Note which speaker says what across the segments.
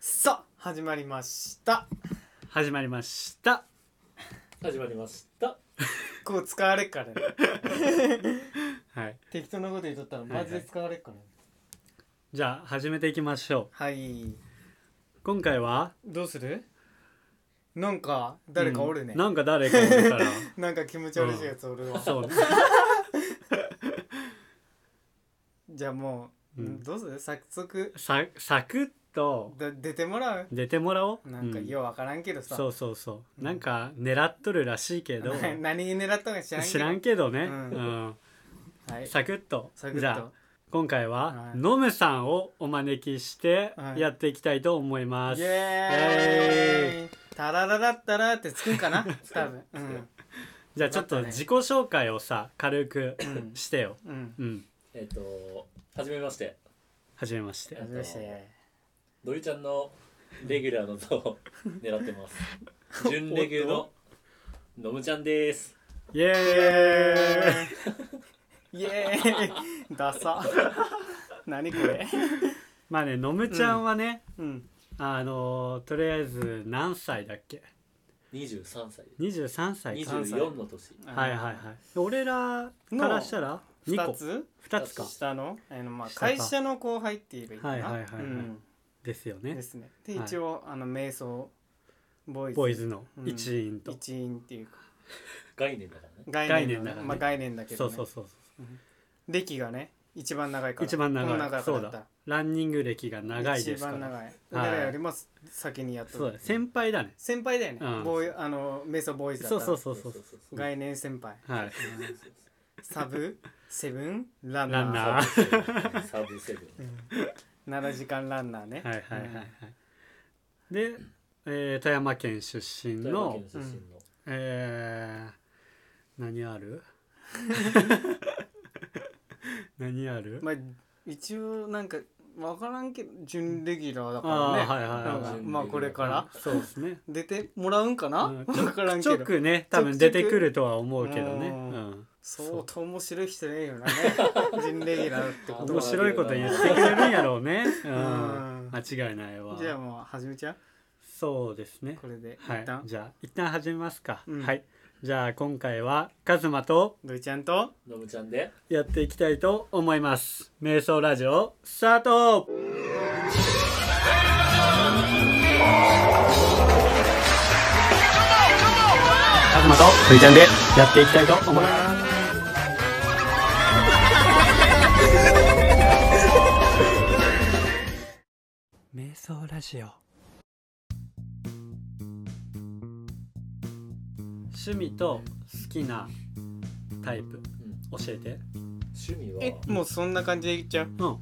Speaker 1: さあ始まりました
Speaker 2: 始まりました
Speaker 3: 始まりました。
Speaker 1: こう使われっからね
Speaker 2: はい
Speaker 1: 適当なこと言っとったらマジで使われっからね
Speaker 2: じゃあ始めていきましょ
Speaker 1: はい、
Speaker 2: う今回は
Speaker 1: どうするなんか誰かおるね、
Speaker 2: うん
Speaker 1: な
Speaker 2: なんか誰かおるから
Speaker 1: んか気持ち悪いやつおるわ、
Speaker 2: そう
Speaker 1: じゃあもう、
Speaker 2: うん
Speaker 1: どうする早速
Speaker 2: さサクッと
Speaker 1: だ出てもらう
Speaker 2: 出てもらおう
Speaker 1: なんか
Speaker 2: う
Speaker 1: ようわからんけどさ、
Speaker 2: そうそうそうなんか狙っとるらしい けど
Speaker 1: 何に狙ったのか知らんけど
Speaker 2: 知らんけどね、
Speaker 1: う
Speaker 2: うんん
Speaker 1: はい
Speaker 2: サクッと
Speaker 1: サクッと
Speaker 2: じゃあ今回
Speaker 1: は
Speaker 2: はいノムさんをお招きして
Speaker 1: はい
Speaker 2: やっていきたいと思います、
Speaker 1: イエーイタラララッタラって つくんかな多分うん
Speaker 2: じゃあちょっと自己紹介をさ軽く
Speaker 1: ん
Speaker 2: してよ、
Speaker 1: うん
Speaker 2: うん、
Speaker 3: えっ、と、はじめまして。
Speaker 2: はじめまして
Speaker 1: はじめまして
Speaker 3: ドリちゃんのレギュラーの座を狙っ てます。準レギュののむちゃんです。
Speaker 2: イエ
Speaker 1: イエー
Speaker 2: ーイ
Speaker 1: イイエーイダサ何これ
Speaker 2: まあねのむちゃんはね、
Speaker 1: うん
Speaker 2: あのーとりあえず何歳だっけ
Speaker 3: 23歳です。
Speaker 2: 23歳か
Speaker 1: 歳
Speaker 3: 24の年。
Speaker 2: はいはいはい俺らからしたら2
Speaker 1: 二
Speaker 2: 個
Speaker 1: つ
Speaker 2: 2つか
Speaker 1: 下のあの、まあ、
Speaker 2: 下か
Speaker 1: 会社の後輩って言えばいいかな
Speaker 2: はいはいはいはい
Speaker 1: うん
Speaker 2: ですよね
Speaker 1: ですねで一応、あの瞑想ボイズ
Speaker 2: ボーイズの
Speaker 1: うん
Speaker 2: 一員と、
Speaker 1: 一員っていうか
Speaker 3: 概念だからね。
Speaker 1: 概念
Speaker 2: 概念
Speaker 1: だ
Speaker 2: だ
Speaker 1: か、
Speaker 2: かららね
Speaker 1: まあ、概念だけど、
Speaker 2: そ
Speaker 1: ね、
Speaker 2: うそうそうそ
Speaker 1: 歴がね一番長いか
Speaker 2: う
Speaker 1: ら
Speaker 2: 一番長
Speaker 1: この
Speaker 2: い
Speaker 1: 中から
Speaker 2: そう
Speaker 1: だった
Speaker 2: だランニング歴が長いですか
Speaker 1: 一番
Speaker 2: ら
Speaker 1: 長い俺らよりも先にやっとる
Speaker 2: そうだ先輩だね
Speaker 1: 先輩だよね、
Speaker 2: うん
Speaker 1: ボーイあの瞑想ボーイズだった
Speaker 2: そう
Speaker 1: ら
Speaker 2: そうそうそう
Speaker 3: 概
Speaker 1: 概念先輩
Speaker 2: はい
Speaker 1: サブセブンランナー
Speaker 2: ランナー
Speaker 3: 念。サブセブンサブセブン。
Speaker 1: 7時間ランナーね
Speaker 2: はいはいはいはいで、えー富山県出身
Speaker 3: 富山
Speaker 2: の
Speaker 3: 県出身の。
Speaker 2: えー、何ある 何ある
Speaker 1: まあ一応なんか分からんけど準レギュラーだから
Speaker 2: あ
Speaker 1: ね
Speaker 2: あーはいはい
Speaker 1: なん
Speaker 2: は
Speaker 1: か
Speaker 2: い
Speaker 3: 準レギュラー
Speaker 1: まあこれから
Speaker 2: そうですね
Speaker 1: 出てもらうんかな、
Speaker 2: うん
Speaker 1: 分からん
Speaker 2: ち
Speaker 1: け
Speaker 2: ょ
Speaker 1: ど
Speaker 2: くね多分出てくるとは思うけどね、
Speaker 1: う
Speaker 2: うんん、
Speaker 1: 相当面白い人ねよなね準レギュラーってこと
Speaker 2: 面
Speaker 1: は
Speaker 2: 白いこと言ってくれるんやろうね、うん
Speaker 1: うん、
Speaker 2: 間違いないわ
Speaker 1: じゃあもうはじめちゃん
Speaker 2: そうですね
Speaker 1: これで
Speaker 2: は
Speaker 1: 一旦、
Speaker 2: いじゃあ一旦始めますか、
Speaker 1: うん
Speaker 2: はいじゃあ今回はカズマと
Speaker 1: 土井ちゃんと
Speaker 3: のむちゃんで。
Speaker 2: やっていきたいと思います瞑想ラジオスタートカズマとふいちゃんでやっていきたいと思います瞑想ラジオ趣味と好きなタイプ
Speaker 3: うん
Speaker 2: 教えて
Speaker 3: 趣味は
Speaker 1: えもうそんな感じでいっちゃう
Speaker 2: うん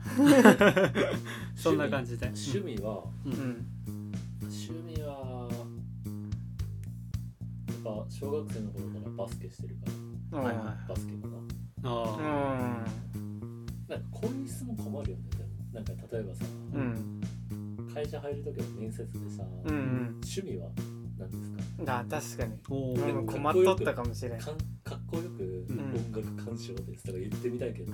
Speaker 2: そんな感じで
Speaker 3: 趣味は
Speaker 1: うん
Speaker 3: 趣味はやっぱ小学生の頃からバスケしてるか
Speaker 1: うん、
Speaker 2: はいは
Speaker 3: らバスケかな。
Speaker 1: う
Speaker 2: あ
Speaker 1: ん
Speaker 3: なんかこういう質問困るよねでもなんか例えばさ、
Speaker 1: うん
Speaker 3: 会社入る時の面接でさ、
Speaker 1: うんうん
Speaker 3: 趣味は何です
Speaker 1: だ確かに
Speaker 2: あお
Speaker 1: 俺
Speaker 2: ー
Speaker 1: も困っとったかもしれん
Speaker 3: かかんかっこよく
Speaker 2: うん
Speaker 3: 音楽鑑賞ですとか言ってみたいけど、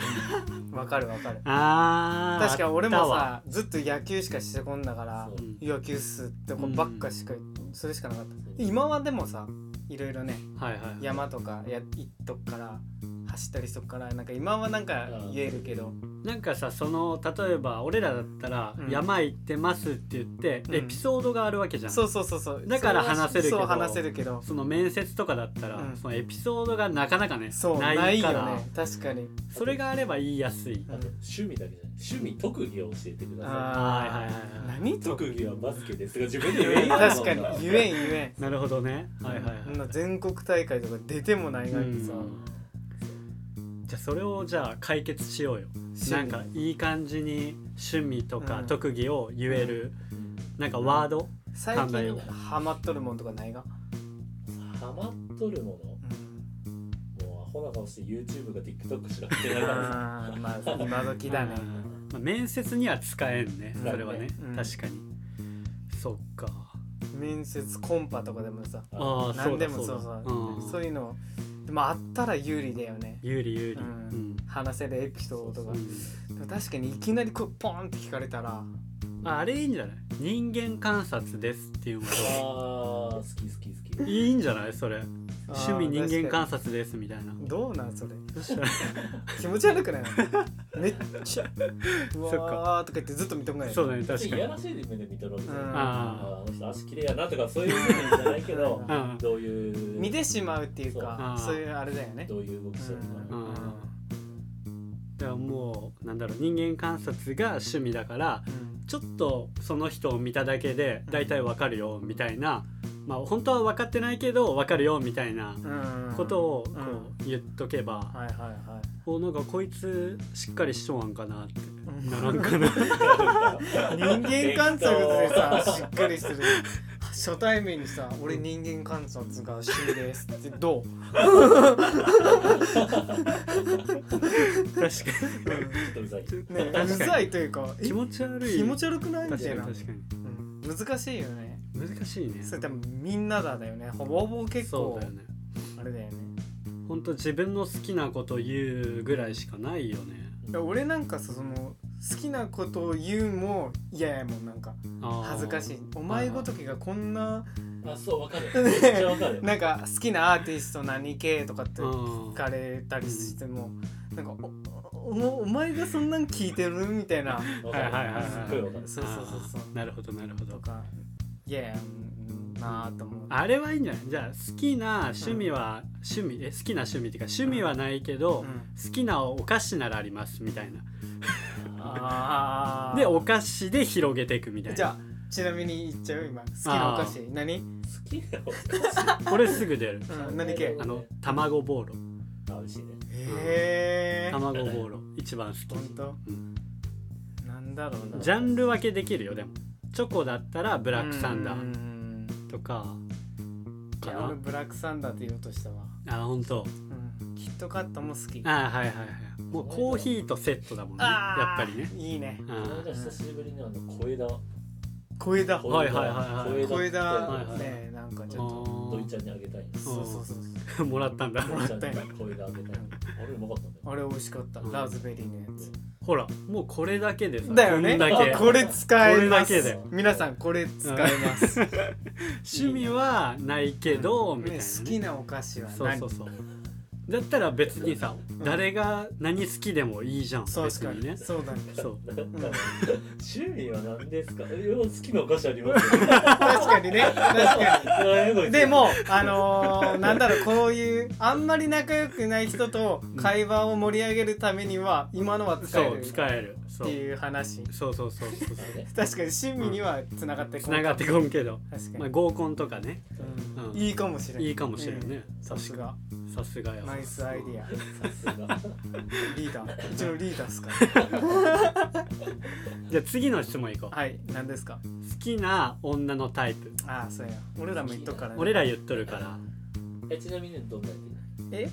Speaker 1: わかるわかる
Speaker 2: あー
Speaker 1: 確かに俺も
Speaker 2: あった
Speaker 1: さ
Speaker 2: わ
Speaker 1: ずっと野球しかしてこんだから
Speaker 3: そう
Speaker 2: うん
Speaker 1: 野球っすってこばっかしかそれしかなかった
Speaker 3: そう
Speaker 1: 今はでもさいろいろね
Speaker 2: はいはい
Speaker 1: 山とかや行っとくから走ったりしとくからなんか今はなんか言えるけど
Speaker 2: なんかさその例えば俺らだったら
Speaker 1: う
Speaker 2: 「
Speaker 1: ん
Speaker 2: 山行ってます」って言って、
Speaker 1: うん
Speaker 2: エピソードがあるわけじゃん
Speaker 1: そうそうそうそう
Speaker 2: だから話せるけど
Speaker 1: そう話せるけど
Speaker 2: その面接とかだったら、
Speaker 1: うん
Speaker 2: そのエピソードがなかなかね
Speaker 1: そうない
Speaker 2: か
Speaker 1: よ
Speaker 2: ら
Speaker 1: ね確かに
Speaker 2: それがあれば言いやすい、
Speaker 3: あと趣味だけじゃない趣味特技を教えてくださ
Speaker 2: はいはい
Speaker 1: あ
Speaker 2: はい
Speaker 1: ー
Speaker 2: はい
Speaker 1: 何
Speaker 3: い
Speaker 1: と
Speaker 3: 特技はバスケですが自分で言えんやん
Speaker 1: 確かに
Speaker 3: そんな
Speaker 1: 言えん言え
Speaker 2: なるほどね、
Speaker 1: ん
Speaker 2: はいはいはい、
Speaker 1: そんな全国大会とか出てもないのにさ
Speaker 2: うんじゃあそれをじゃあ解決しようよ
Speaker 1: 趣味
Speaker 2: なんかいい感じに趣味と
Speaker 1: う
Speaker 2: か
Speaker 1: ん
Speaker 2: 特技を言える、
Speaker 3: うん
Speaker 2: なんかワード、
Speaker 1: 最
Speaker 2: 考えよ
Speaker 1: 近
Speaker 2: う
Speaker 1: ハマっとるもんとかないが
Speaker 3: ハマっとるものもうアホな顔して YouTube か TikTok しか見てないからさ
Speaker 1: あーまあ今時だね
Speaker 2: うんまあ、面接には使えんね
Speaker 1: うん
Speaker 2: それはね、
Speaker 1: うん
Speaker 2: 確かにそっか
Speaker 1: 面接コンパとかでもさ
Speaker 2: ああそ
Speaker 1: 何
Speaker 2: う
Speaker 1: で
Speaker 2: だ
Speaker 1: も
Speaker 2: そう
Speaker 1: そ
Speaker 2: だ
Speaker 1: うそう
Speaker 2: うん
Speaker 1: そういうのでもあったら有利だよね
Speaker 2: 有利有利
Speaker 1: う
Speaker 2: うんん、
Speaker 1: 話せるエピソードとか
Speaker 2: う
Speaker 1: でも確かにいきなりこうポンって聞かれたら
Speaker 2: んああれいいんじゃない人間観察ですっていうのが
Speaker 3: あー好き好き 好き
Speaker 2: いいんじゃないそれ
Speaker 1: あー
Speaker 2: 趣味人間観
Speaker 1: 確
Speaker 2: 察ですみたい
Speaker 1: か
Speaker 2: な
Speaker 1: にどうなん それ
Speaker 2: そしたら
Speaker 1: 気持ち悪くないめっちゃう
Speaker 2: そっ
Speaker 1: わーとか言ってずっと見とんがい
Speaker 2: そうだね
Speaker 3: ちょっ
Speaker 2: 確
Speaker 3: と
Speaker 2: か
Speaker 3: い
Speaker 2: に
Speaker 3: やらしい目で見とるわけじゃない
Speaker 2: あ
Speaker 3: あーあの人足綺麗やなとかそういう意味じゃないけど
Speaker 1: う
Speaker 2: あうん
Speaker 3: どういう
Speaker 1: 見てしまうっていうか
Speaker 2: そ
Speaker 1: そうういうあれだよね
Speaker 3: どういう動きしてるのか
Speaker 2: う
Speaker 3: な、
Speaker 2: んだからもうなんだろう人間観察が趣味だから
Speaker 1: うん
Speaker 2: ちょっとその人を見ただけで大体わかるよみたいなまあ本当は分かってないけどわかるよみたいな
Speaker 1: うん
Speaker 2: ことをこ
Speaker 1: うん
Speaker 2: う言っとけば
Speaker 1: はいはいはい
Speaker 2: おなんかこいつしっかりしとんかなって
Speaker 1: うん
Speaker 2: ならんかな
Speaker 1: 人間観察でさしっかりする初対面にさ「俺人間観察が趣味です」ってどう、
Speaker 2: 確か
Speaker 3: ちょっとうざい
Speaker 1: ね、うざいというか
Speaker 2: に気
Speaker 1: え
Speaker 2: 持ち悪い
Speaker 1: 気持ち悪くないみ
Speaker 2: 確
Speaker 1: た
Speaker 2: か
Speaker 1: い
Speaker 2: に
Speaker 1: な、
Speaker 2: 確かに
Speaker 1: うん難しいよね
Speaker 2: 難しいね
Speaker 1: それ多分みんなだだよねほぼほぼ結
Speaker 2: そ
Speaker 1: 構
Speaker 2: うだよね
Speaker 1: あれだよね
Speaker 2: 本当自分の好きなこと言うぐらいしかないよね
Speaker 1: いや俺なんかさその好きなことを言うも嫌やもんなんか恥ずかしいお前ごときがこんな
Speaker 3: あそうわかるめっちゃわかる
Speaker 1: なんか好きなアーティスト何系とかって
Speaker 2: 聞
Speaker 1: 聞かれたりしてもなんかおおお前がそんなん聞いてるみたいな
Speaker 3: わかる
Speaker 2: はいはいはいはい
Speaker 3: すっごいわかる
Speaker 1: そうそうそうそう
Speaker 2: なるほどなるほ
Speaker 1: と
Speaker 2: ど
Speaker 1: かいやいやうんなあと思う
Speaker 2: あれはいいんじゃないじゃあ好きな趣味は趣味え好きな趣味っていうか趣味はないけ
Speaker 1: う
Speaker 2: ど、
Speaker 1: ん
Speaker 2: 好きなお菓子ならありますみたいな
Speaker 1: あー
Speaker 2: でお菓子で広げていくみたいな
Speaker 1: じゃあちなみに言っちゃう今好きなお菓子何、うん、
Speaker 3: 好きだよ
Speaker 2: これすぐ出る
Speaker 1: 何系
Speaker 2: あの卵ボーロ
Speaker 3: あ美味しいね
Speaker 1: へえ
Speaker 2: 卵ボーロ一番好き
Speaker 1: 本当
Speaker 2: うん
Speaker 1: なんだろうな
Speaker 2: ジャンル分けできるよでもチョコだったらブラックサンダ
Speaker 1: う
Speaker 2: ー
Speaker 1: ん
Speaker 2: とか
Speaker 1: い
Speaker 2: か
Speaker 1: や俺
Speaker 2: な
Speaker 1: ブラックサンダーって言おうとしたわ、
Speaker 2: あ本当
Speaker 1: うん、キットカットも好き
Speaker 2: あはいはいはいもうコーヒーとセットだもんね
Speaker 1: あー
Speaker 2: やっぱりね
Speaker 1: いいね
Speaker 2: あ
Speaker 3: この
Speaker 2: ー
Speaker 3: 間久しぶりにあの小枝
Speaker 1: 小枝
Speaker 3: 小枝
Speaker 2: はいはいはいはい
Speaker 1: 小
Speaker 2: はい
Speaker 1: 枝
Speaker 2: はい
Speaker 1: ねなんかちょっと
Speaker 3: 土井ちゃんにあげたい
Speaker 1: そうそうそうそう
Speaker 2: あー もらったんだ
Speaker 1: もらったよ
Speaker 3: 土井ちゃんに小枝あげたいあれうまかったね
Speaker 1: あれ美味しかったラズベリーのやつ
Speaker 2: ほらもうこれだけでさ
Speaker 1: だよ
Speaker 2: こ
Speaker 1: ね
Speaker 2: んだけ
Speaker 1: あこれ使えま
Speaker 2: これだけだ
Speaker 1: す
Speaker 2: よ
Speaker 1: 皆さんこれ使えます
Speaker 2: 趣味はないけど、みたい
Speaker 1: ね
Speaker 2: な、ね、
Speaker 1: 好きなお菓子は
Speaker 2: そう
Speaker 1: 何
Speaker 2: そうそうだったら別にさ、誰が何好きでもいいじゃん
Speaker 1: そう
Speaker 2: 別
Speaker 1: 確か
Speaker 2: にね
Speaker 1: にそうだね
Speaker 2: そう
Speaker 1: うん
Speaker 3: 趣味は何ですかいや好きなお菓子ありま すよ
Speaker 1: 確かにね確かに
Speaker 3: あ
Speaker 1: でもあのーなんだろうこういうあんまり仲良くない人と会話を盛り上げるためには今のは使
Speaker 2: そ
Speaker 1: え
Speaker 2: う
Speaker 1: る
Speaker 2: 使えるそ
Speaker 1: っ
Speaker 2: う
Speaker 1: ていう話
Speaker 2: そうそうそう そうそう
Speaker 1: 確かに趣味にはつながって
Speaker 2: つ
Speaker 1: こな
Speaker 2: ながってこんけど、
Speaker 1: 確か
Speaker 2: まあ、
Speaker 1: に、
Speaker 2: 合コンとかね
Speaker 1: うん
Speaker 2: うん
Speaker 1: いいかもしれない
Speaker 2: いいかもしれんね、
Speaker 1: さすが
Speaker 2: さすがや
Speaker 1: ナイスアイディア
Speaker 3: さすが
Speaker 1: リーダーうちのリーダーっすか
Speaker 2: じゃあ次の質問いこう、
Speaker 1: はい何ですか
Speaker 2: 好きな女のタイプ
Speaker 1: ああそうや俺らも言っとくから、ね、
Speaker 2: 俺ら言っとるから
Speaker 3: えちなみにどんなやつ
Speaker 1: え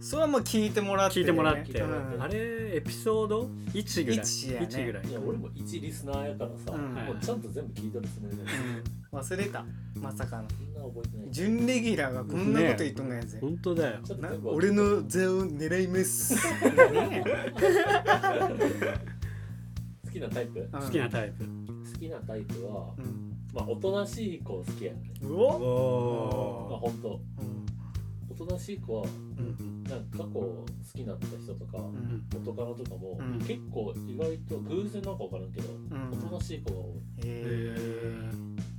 Speaker 1: それはもう聞いてもらって、
Speaker 2: 聞いてもらって、
Speaker 3: 聞いてもらって
Speaker 2: あれエピソード1ぐらい
Speaker 1: 1やね
Speaker 2: 1ぐらい
Speaker 3: いや俺も一リスナーやからさ、
Speaker 1: うん
Speaker 3: もうちゃんと全部聞いてるつもりだ けど
Speaker 1: うん、忘れたまさかの
Speaker 3: そんな覚えてない
Speaker 1: 準レギュラーがこんなこと言っとんがやぜ、
Speaker 2: 本当だよ
Speaker 3: ちょっと
Speaker 1: な
Speaker 3: 全部は
Speaker 1: 俺の座を狙います、
Speaker 3: 好きなタイプ
Speaker 1: うん
Speaker 2: 好きなタイプ
Speaker 3: 好きなタイプは
Speaker 1: うん
Speaker 3: まあおとなしい子好きやね
Speaker 1: う
Speaker 2: お
Speaker 1: お、
Speaker 3: ま
Speaker 2: お
Speaker 3: あ本当
Speaker 1: うん
Speaker 3: おとなしい子
Speaker 1: う
Speaker 3: は
Speaker 1: ん
Speaker 3: なんか過去好きになった人とか、
Speaker 1: うん
Speaker 3: 元カノとかも、
Speaker 1: うん
Speaker 3: 結構意外と偶然なんか分からんけど、
Speaker 1: うん
Speaker 3: おとなしい子が多い
Speaker 1: へえ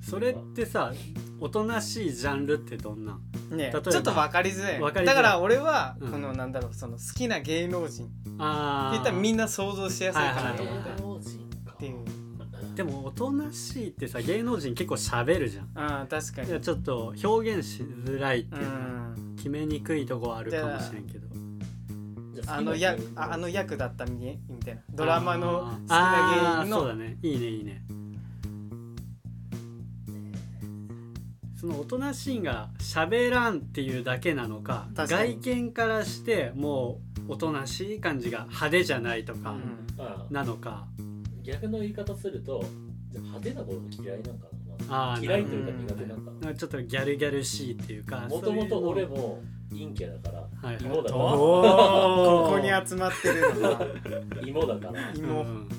Speaker 2: それってさおとなしいジャンルってどんなん
Speaker 1: ね
Speaker 2: 例えば
Speaker 1: ちょっと分かりづらい
Speaker 2: 分かりづらい
Speaker 1: だから俺は
Speaker 2: うん
Speaker 1: このなんだろうその好きな芸能人って
Speaker 2: あ
Speaker 1: 言ったらみ
Speaker 2: ん
Speaker 1: んな想像しやすいかなと
Speaker 2: はい
Speaker 1: 思ってっ
Speaker 2: はいはい
Speaker 3: 能人か
Speaker 1: ていう
Speaker 2: でもおとなしいってさ芸能人結構喋るじゃん
Speaker 1: あー確か
Speaker 2: い
Speaker 1: に
Speaker 2: やちょっと表現しづらいって
Speaker 1: う
Speaker 2: いうか、
Speaker 1: ん
Speaker 2: 決めにくいとこはあるかもしれんけど
Speaker 3: じゃ好きな
Speaker 1: あの役ああの役だったみみたいなドラマの好きな芸人
Speaker 2: あーそうだ
Speaker 1: の
Speaker 2: ねいいねいいねそのおとなしいんが喋らんっていうだけなのか
Speaker 1: 確かに
Speaker 2: 外見からしてもうおとなしい感じが派手じゃないとか
Speaker 1: うん
Speaker 3: あ
Speaker 2: なのか、
Speaker 3: 逆の言い方するとじゃあ派手なことが嫌いなんか
Speaker 2: あ
Speaker 3: な
Speaker 2: ー
Speaker 3: 嫌いというか苦手なんか
Speaker 2: なんかちょっとギャルギャルしいっていうか
Speaker 3: なもともと俺
Speaker 2: も
Speaker 3: も陰キャだか
Speaker 2: はい
Speaker 3: ら芋だか
Speaker 1: お
Speaker 3: ら
Speaker 1: ここに集まってるのが
Speaker 3: 芋だから、うん
Speaker 1: 芋
Speaker 2: うん
Speaker 3: 好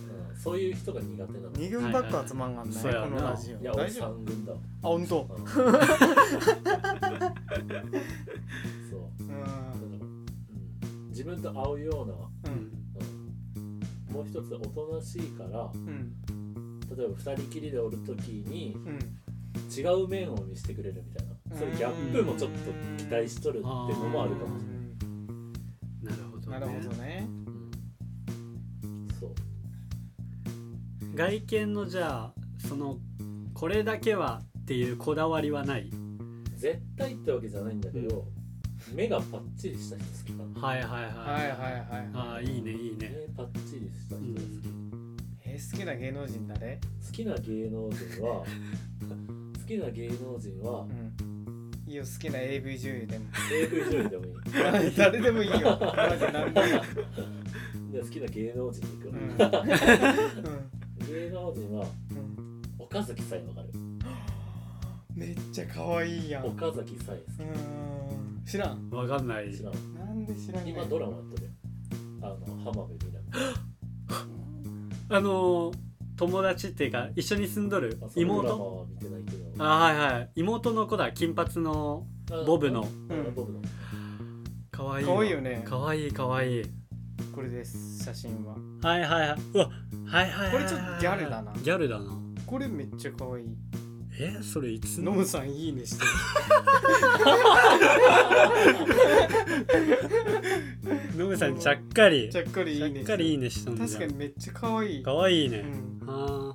Speaker 3: そういう人が苦手なの
Speaker 1: 二軍ばっか集まんがんない、
Speaker 2: はいはい
Speaker 1: このラジ
Speaker 3: い
Speaker 1: オ
Speaker 3: や俺
Speaker 1: 大丈夫あ
Speaker 3: 三軍だわ
Speaker 1: 本当
Speaker 3: うんそう
Speaker 1: うん
Speaker 3: うん自分と合うよう
Speaker 1: う
Speaker 2: うんん
Speaker 3: な、うんもう一つおとなしいから
Speaker 1: うん
Speaker 3: 例えば2人きりでおる時に
Speaker 1: うん
Speaker 3: 違う面を見せてくれるみたいなそれギャップもちょっと期待しとるってのもあるかもしれない、
Speaker 2: なるほど、ね、
Speaker 1: なるほどね
Speaker 3: うんそう
Speaker 2: 外見のじゃあそのこれだけはっていうこだわりはない
Speaker 3: 絶対ってわけじゃないんだけど、目がパッチリした人好きかな
Speaker 2: はいはいは
Speaker 1: は
Speaker 2: い、
Speaker 1: いはいはい
Speaker 2: ああいいねいいね、
Speaker 3: 目パッチリした
Speaker 2: う
Speaker 3: 人が好き、
Speaker 2: ん、
Speaker 1: え好きな芸能人誰
Speaker 3: 好きな芸能人は好きな芸能人は
Speaker 1: うんいいよ好きな AV 女優でも
Speaker 3: AV 女優でもいい
Speaker 1: 誰でもいいよマジ何でもいい
Speaker 3: で好きな芸能人でいく、
Speaker 1: うんうん
Speaker 3: 芸能人は
Speaker 1: うん
Speaker 3: 岡崎さえわかる
Speaker 1: めっちゃ可愛いやんう
Speaker 3: 岡崎さえ好
Speaker 1: ーん知らん
Speaker 2: わかんない
Speaker 3: き知らん
Speaker 1: なんで知らん
Speaker 3: 今ドラマやってるよあの浜辺美波
Speaker 2: あのー友達っていうか一緒に住んどる
Speaker 3: あそのドラマ
Speaker 2: 妹
Speaker 3: は見てないけど
Speaker 2: あはいはい妹の子だ金髪の
Speaker 3: あ
Speaker 2: ボブの
Speaker 3: あ
Speaker 1: うん
Speaker 3: ボブの
Speaker 2: 可愛い
Speaker 1: 可愛いよね
Speaker 2: 可愛い可愛い
Speaker 1: これです写真は
Speaker 2: はいはいはいうわはいはいはいはい
Speaker 1: これちょっとギャルだな
Speaker 2: ギャルだな
Speaker 1: これめっちゃ可愛い
Speaker 2: えそれいつ
Speaker 1: ノムさんいいねしてる
Speaker 2: ノブさんちゃっかり
Speaker 1: ちゃっかりいいね
Speaker 2: ちゃっかりいいねしとんじゃん
Speaker 1: 確かにめっちゃ可愛い
Speaker 2: 可愛いうね、
Speaker 1: ん
Speaker 2: あー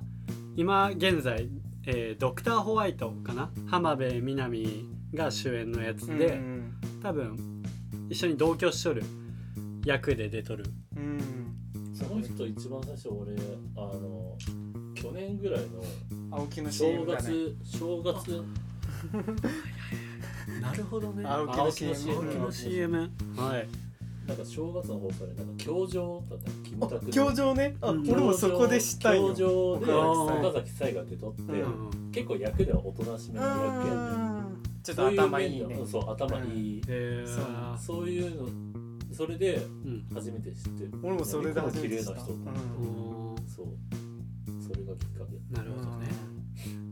Speaker 2: 今現在、えードクターホワイトかな浜辺美波が主演のやつで、
Speaker 1: うん
Speaker 2: 多分一緒に同居しとる役で出とる
Speaker 1: うん
Speaker 3: その人一番最初俺あの去年ぐらいの
Speaker 1: 青木の CM
Speaker 3: 正
Speaker 1: だね
Speaker 3: 月正月
Speaker 2: なるほどね
Speaker 1: 青木の CM
Speaker 2: 青木の CM はい
Speaker 3: なんか正月の放送でなんか教場だったのキムタクの
Speaker 1: 教場ねあ
Speaker 2: うん
Speaker 1: 俺もそこで知ったんよ
Speaker 3: 教場で
Speaker 2: うん
Speaker 3: 岡崎彩が受け取って、
Speaker 1: う
Speaker 3: 結構役ではおとなしめの役やって
Speaker 1: うんちょっと頭いいね
Speaker 3: そうう頭いい、
Speaker 2: えー
Speaker 1: そう
Speaker 3: そういうのそれで
Speaker 2: うん
Speaker 3: 初めて知って
Speaker 1: 俺もそれで初めて知った
Speaker 3: 綺麗な人
Speaker 1: うん
Speaker 2: おー
Speaker 3: そうそれがきっかけ
Speaker 2: なるほどね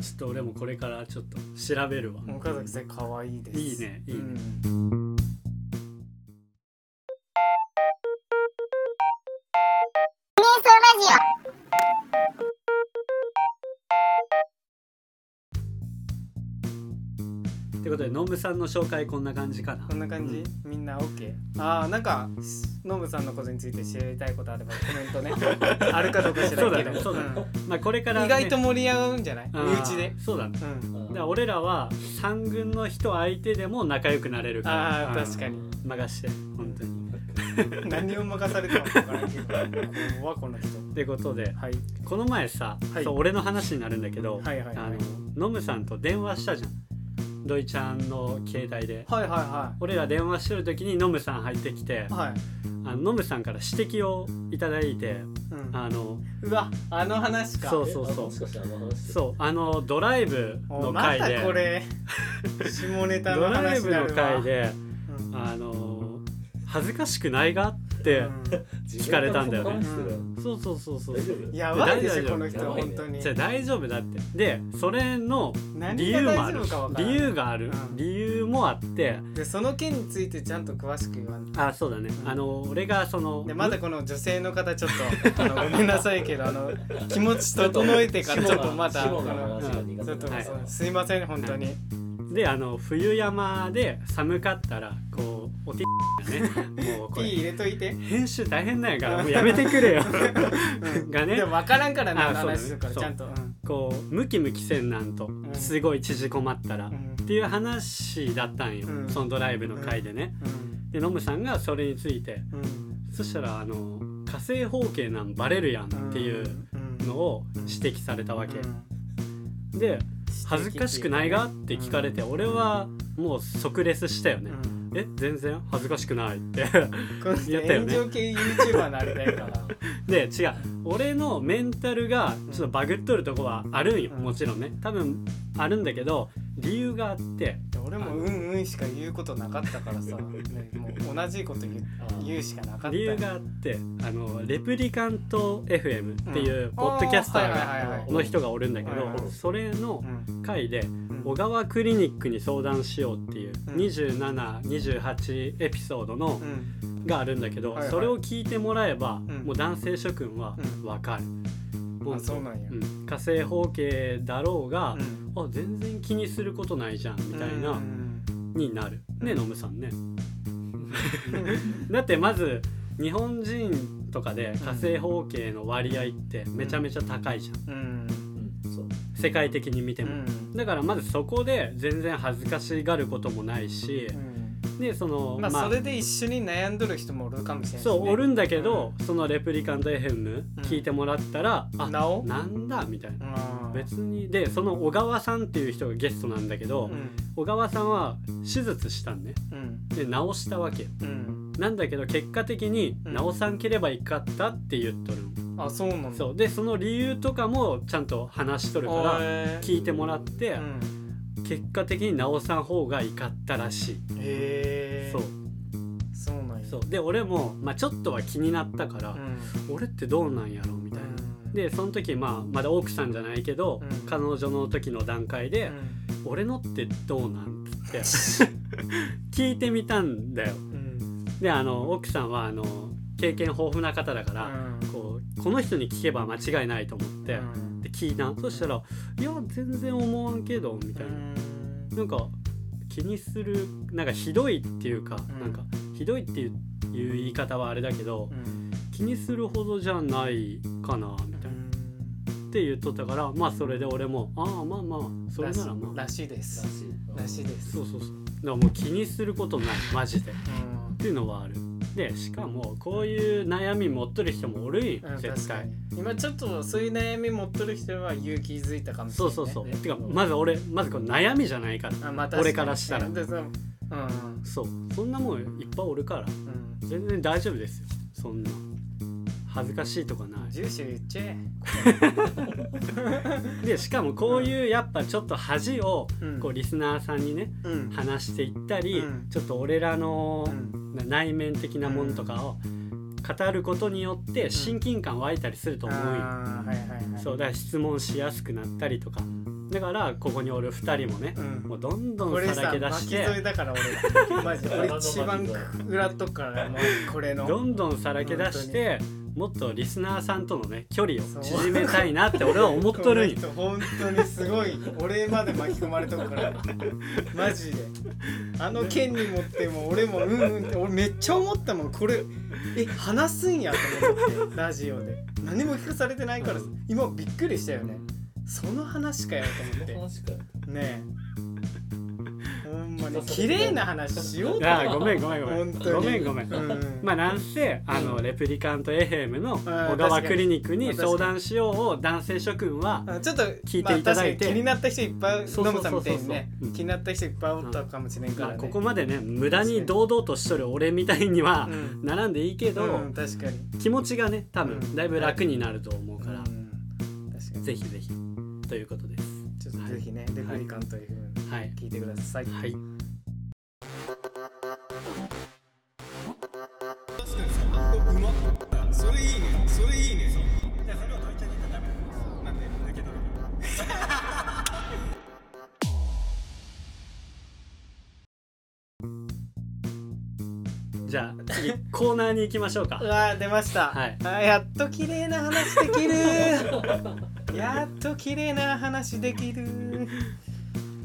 Speaker 2: ちょっと俺もこれからちょっと調べるわ
Speaker 1: うん岡崎さん可愛いです
Speaker 2: いいねいいね
Speaker 1: うん
Speaker 2: ってことでノブさんの紹介こんな感じかな
Speaker 1: こんな感じみんな OK ああなんかノブさんのことについて知りたいことあればコメン トねあるかどうか知らんけど
Speaker 2: そうだねそうだねまあこれから
Speaker 1: うん
Speaker 2: ね
Speaker 1: 意外と盛り上がるんじゃない
Speaker 2: あ
Speaker 1: 身
Speaker 2: ー
Speaker 1: 内で
Speaker 2: そうだね
Speaker 1: うん
Speaker 2: だから俺らは三軍の人相手でも仲良くなれるから
Speaker 1: ああ確かに
Speaker 2: に任して本当に
Speaker 1: 何を任されても分からんけど怖この人
Speaker 2: ってことで
Speaker 1: はい
Speaker 2: この前さ、
Speaker 1: はい
Speaker 2: そう俺の話になるんだけど、
Speaker 1: はいはいはい
Speaker 2: あのノムさんと電話したじゃん土井ちゃんの携帯で
Speaker 1: はいはいは
Speaker 2: 俺ら電話してる時にノムさん入ってきて
Speaker 1: いはい
Speaker 2: あのノムさんから指摘をいただいて
Speaker 1: うん
Speaker 2: あの
Speaker 1: うわあの話か
Speaker 2: そうそう
Speaker 3: えあ
Speaker 2: そう
Speaker 3: もしかしてあの話
Speaker 2: そうあのドライブ
Speaker 1: お
Speaker 2: の
Speaker 1: ま
Speaker 2: 回
Speaker 1: た
Speaker 2: で、
Speaker 1: こ れ下ネタ
Speaker 2: ド
Speaker 1: の
Speaker 2: ライ
Speaker 1: 話
Speaker 2: ブ
Speaker 1: にな
Speaker 2: の
Speaker 1: るわ
Speaker 2: 回で
Speaker 1: うん
Speaker 2: あの恥ずかしくないがって、
Speaker 3: 聞
Speaker 2: かれたんだよね
Speaker 1: うん
Speaker 2: そうそうそうそう
Speaker 3: 大丈夫
Speaker 1: うんやばいでし
Speaker 2: 大
Speaker 1: ょ
Speaker 2: 丈夫
Speaker 1: この人
Speaker 3: やばいね
Speaker 1: 本当に
Speaker 2: じゃあ大丈夫だってでそれの理
Speaker 1: 何が
Speaker 2: 由も
Speaker 1: 大
Speaker 2: ある
Speaker 1: 丈夫か分からん
Speaker 2: 理由がある、
Speaker 1: うん
Speaker 2: 理由もあって
Speaker 1: でその件についてちゃんと詳しく言わん
Speaker 2: あそうだねあの俺がその
Speaker 1: でまだこの女性の方ちょっとあのごめんなさいけどあの気持ち整えてからちょっとまたあ
Speaker 3: シモの
Speaker 1: の
Speaker 3: 話が苦
Speaker 1: ちょっと
Speaker 3: 手
Speaker 2: は
Speaker 3: ない
Speaker 1: そうすいません本当に
Speaker 2: であの冬山で寒かったらこうおてが ねもうこ
Speaker 1: P
Speaker 2: れ
Speaker 1: 入れといて
Speaker 2: 編集大変なんやからもうやめてくれよ
Speaker 1: うん
Speaker 2: がね
Speaker 1: でも分からんからね
Speaker 2: あ
Speaker 1: あの話す
Speaker 2: そう
Speaker 1: る
Speaker 2: だ
Speaker 1: か
Speaker 2: ね
Speaker 1: らちゃんとうん
Speaker 2: こうムキムキせんなんと
Speaker 1: ん
Speaker 2: すごい縮こまったら、
Speaker 1: う
Speaker 2: っ
Speaker 1: ん
Speaker 2: ていう話だったんよ、
Speaker 1: うん
Speaker 2: そのドライブの回でね、でノムさんがそれについて
Speaker 1: うんうん
Speaker 2: そしたらあの火星方形なんバレるやんっていうのを指摘されたわけ、
Speaker 1: うん
Speaker 2: で恥ずかしくないがって聞かれて、俺はもう即レスしたよね、
Speaker 1: うん
Speaker 2: え全然恥ずかしくないって
Speaker 1: この人
Speaker 2: やったよね
Speaker 1: 炎上系 YouTuber になりたいから
Speaker 2: で違う俺のメンタルがちょっとバグっとるとこはあるんよ、
Speaker 1: うん
Speaker 2: もちろんね多分あるんだけど理由があって
Speaker 1: ど俺もうんうんしか言うことなかったからさ、ね、もう同じこと言う
Speaker 3: あー
Speaker 1: 言うしかなかった
Speaker 2: 理由があってあのレプリカント FM っていうポッドキャスター
Speaker 1: うんあーはいは
Speaker 2: が
Speaker 1: いはいはい
Speaker 2: の人がおるんだけ
Speaker 1: はいはい
Speaker 2: どそれの
Speaker 1: うん
Speaker 2: 回で
Speaker 1: うん
Speaker 2: 小川クリニックに相談しようっていう
Speaker 1: うん
Speaker 2: 2728エピソードの
Speaker 1: うん
Speaker 2: があるんだけど
Speaker 1: はいはい
Speaker 2: それを聞いてもらえば
Speaker 1: ん
Speaker 2: もう男性諸君は
Speaker 1: うん
Speaker 2: わかる。
Speaker 1: あ
Speaker 2: 本当
Speaker 1: そうなんや
Speaker 2: うん火星方形だろうが
Speaker 1: う、ん
Speaker 2: あ全然気にすることないじゃんみたいな、
Speaker 1: うん
Speaker 2: になるね
Speaker 1: うん
Speaker 2: ノムさんね だってまず日本人とかで火星方形の割合ってめちゃめちゃ高いじゃん、
Speaker 1: うん
Speaker 3: うんそう
Speaker 2: 世界的に見て
Speaker 1: う
Speaker 2: も、
Speaker 1: ん
Speaker 2: だからまずそこで全然恥ずかしがることもないし
Speaker 1: う、ん
Speaker 2: でその
Speaker 1: まあそれで一緒に悩んどる人もおるかもしれないしね
Speaker 2: そうおるんだけど、そのレプリカント FM
Speaker 1: うん
Speaker 2: 聞いてもらったら、あ
Speaker 1: なお
Speaker 2: なんだみたいな
Speaker 1: うん
Speaker 2: 別にでその小川さんっていう人がゲストなんだけど、
Speaker 1: うん
Speaker 2: 小川さんは手術したんね
Speaker 1: うん
Speaker 2: で治したわけよ
Speaker 1: うん
Speaker 2: なんだけど結果的に
Speaker 1: うん
Speaker 2: 治さんければいかったって言っとるの、
Speaker 1: あそうなんだ
Speaker 2: そうでその理由とかもちゃんと話しとるか
Speaker 1: あ
Speaker 2: ら
Speaker 1: ー
Speaker 2: 聞いてもらって、
Speaker 1: うん
Speaker 2: 結果的に治さん方がいかったらしい、
Speaker 1: へえ
Speaker 2: そう
Speaker 1: そうなんや
Speaker 2: そうで俺も、まあ、ちょっとは気になったから
Speaker 1: う、ん
Speaker 2: 俺ってどうなんやろみたいな、
Speaker 1: うん
Speaker 2: でその時、まあ、まだ奥さんじゃないけど、
Speaker 1: うん
Speaker 2: 彼女の時の段階で、
Speaker 1: う
Speaker 2: 俺のってどうなんつって聞いてみたんだよ
Speaker 1: ん
Speaker 2: であの奥さんはあの経験豊富な方だから、
Speaker 1: うん
Speaker 2: こうこの人に聞けば間違いないと思って、
Speaker 1: うん
Speaker 2: で聞いたそしたら「いや全然思わんけど」みたいな、なんか気にするなんかひどいっていうか、
Speaker 1: うん
Speaker 2: なんかひどいっていういう言い方はあれだけど
Speaker 1: うん
Speaker 2: 気にするほどじゃないかなみたいな、って言っとったからまあそれで俺も「ああまあまあそれならまあ
Speaker 1: らしいで
Speaker 3: ら
Speaker 1: す
Speaker 3: しい
Speaker 1: らしいです
Speaker 2: そうそうそうだからもう気にすることないマジで」っ
Speaker 1: うん
Speaker 2: ていうのはあるでしかもこういう悩み持ってる人もおるん
Speaker 1: うん
Speaker 2: よ
Speaker 1: 確
Speaker 2: 絶
Speaker 1: か
Speaker 2: 対
Speaker 1: に。今ちょっとそういう悩み持っとる人は勇気づいたかもしれ
Speaker 2: そ
Speaker 1: な
Speaker 2: う
Speaker 1: い
Speaker 2: そうそう。
Speaker 1: ね
Speaker 2: てかまず俺まずこれ悩みじゃないから。
Speaker 1: あまあ確に
Speaker 2: 俺からしたら
Speaker 1: うんでそのうん
Speaker 2: そうそんなもんいっぱいおるから
Speaker 1: うん
Speaker 2: 全然大丈夫ですよそんな恥ずかしいとかない
Speaker 1: 住所言っちゃえ
Speaker 2: でしかもこういうやっぱちょっと恥を
Speaker 1: うん
Speaker 2: こうリスナーさんにね
Speaker 1: うん
Speaker 2: 話していったり、
Speaker 1: うん
Speaker 2: ちょっと俺らの
Speaker 1: うん
Speaker 2: な内面的なものとかを語ることによって親近感湧いたりすると思うよ、
Speaker 1: あーはいはいはい
Speaker 2: そうだから質問しやすくなったりとかだからここにおる2人もね
Speaker 1: う、ん
Speaker 2: もうどんど
Speaker 1: こ
Speaker 2: ん
Speaker 1: れ
Speaker 2: さ
Speaker 1: さ
Speaker 2: らけ出
Speaker 1: 巻
Speaker 2: し
Speaker 1: き
Speaker 2: て
Speaker 1: 添えだから俺マ ジ俺
Speaker 3: あの
Speaker 1: 一番裏とからもうこれの
Speaker 2: どんどんさらけ出してもっとリスナーさんとのね距離
Speaker 1: そ
Speaker 2: を
Speaker 1: う
Speaker 2: 縮めたいなって俺は思っとるんよ
Speaker 1: この人本当にすごい俺まで巻き込まれとくからマジであの剣に持っても俺もうんうんって俺めっちゃ思ったもんこれえ話すんやと思ってラジオで何も聞かされてないから今びっくりしたよねその話かよと思って
Speaker 3: マジかよ
Speaker 1: ねえほんまに綺麗な話しようと
Speaker 2: ああごめんごめんごめ
Speaker 1: 本
Speaker 2: ん
Speaker 1: 当に
Speaker 2: ごめんごめん、
Speaker 1: うん
Speaker 2: まあなんせあのレプリカントエヘムの小
Speaker 1: 確か
Speaker 2: 川
Speaker 1: に
Speaker 2: クリニックに相談しようを男性諸君は
Speaker 1: あちょっと
Speaker 2: 聞いていただいて
Speaker 1: まあ確かに気になった人いっぱい
Speaker 2: そ
Speaker 1: ノ
Speaker 2: うそ
Speaker 1: ム
Speaker 2: うそ
Speaker 1: さ
Speaker 2: うんそう
Speaker 1: みたいにね
Speaker 2: うん
Speaker 1: 気になった人いっぱいおったかもしれんか
Speaker 2: ま
Speaker 1: ら
Speaker 2: あ
Speaker 1: ね
Speaker 2: ここまでね無駄に堂々としとる俺みたいには
Speaker 1: うん
Speaker 2: ならんでいいけど、
Speaker 1: うん、確かに
Speaker 2: 気持ちがね多
Speaker 1: う
Speaker 2: 分
Speaker 1: ん
Speaker 2: だいぶ楽になると思う
Speaker 1: うん
Speaker 2: から、
Speaker 1: 確かに
Speaker 2: ぜひぜひということです
Speaker 1: ちょっとぜひね、レプリカントいう風に
Speaker 2: はい
Speaker 1: 聞いてください、
Speaker 2: はい
Speaker 1: それいいねそれいいね
Speaker 2: じゃあ次コーナーに行きましょう か
Speaker 1: うわー出ました、
Speaker 2: はい
Speaker 1: あーやっと綺麗な話できる やっと綺麗な話できる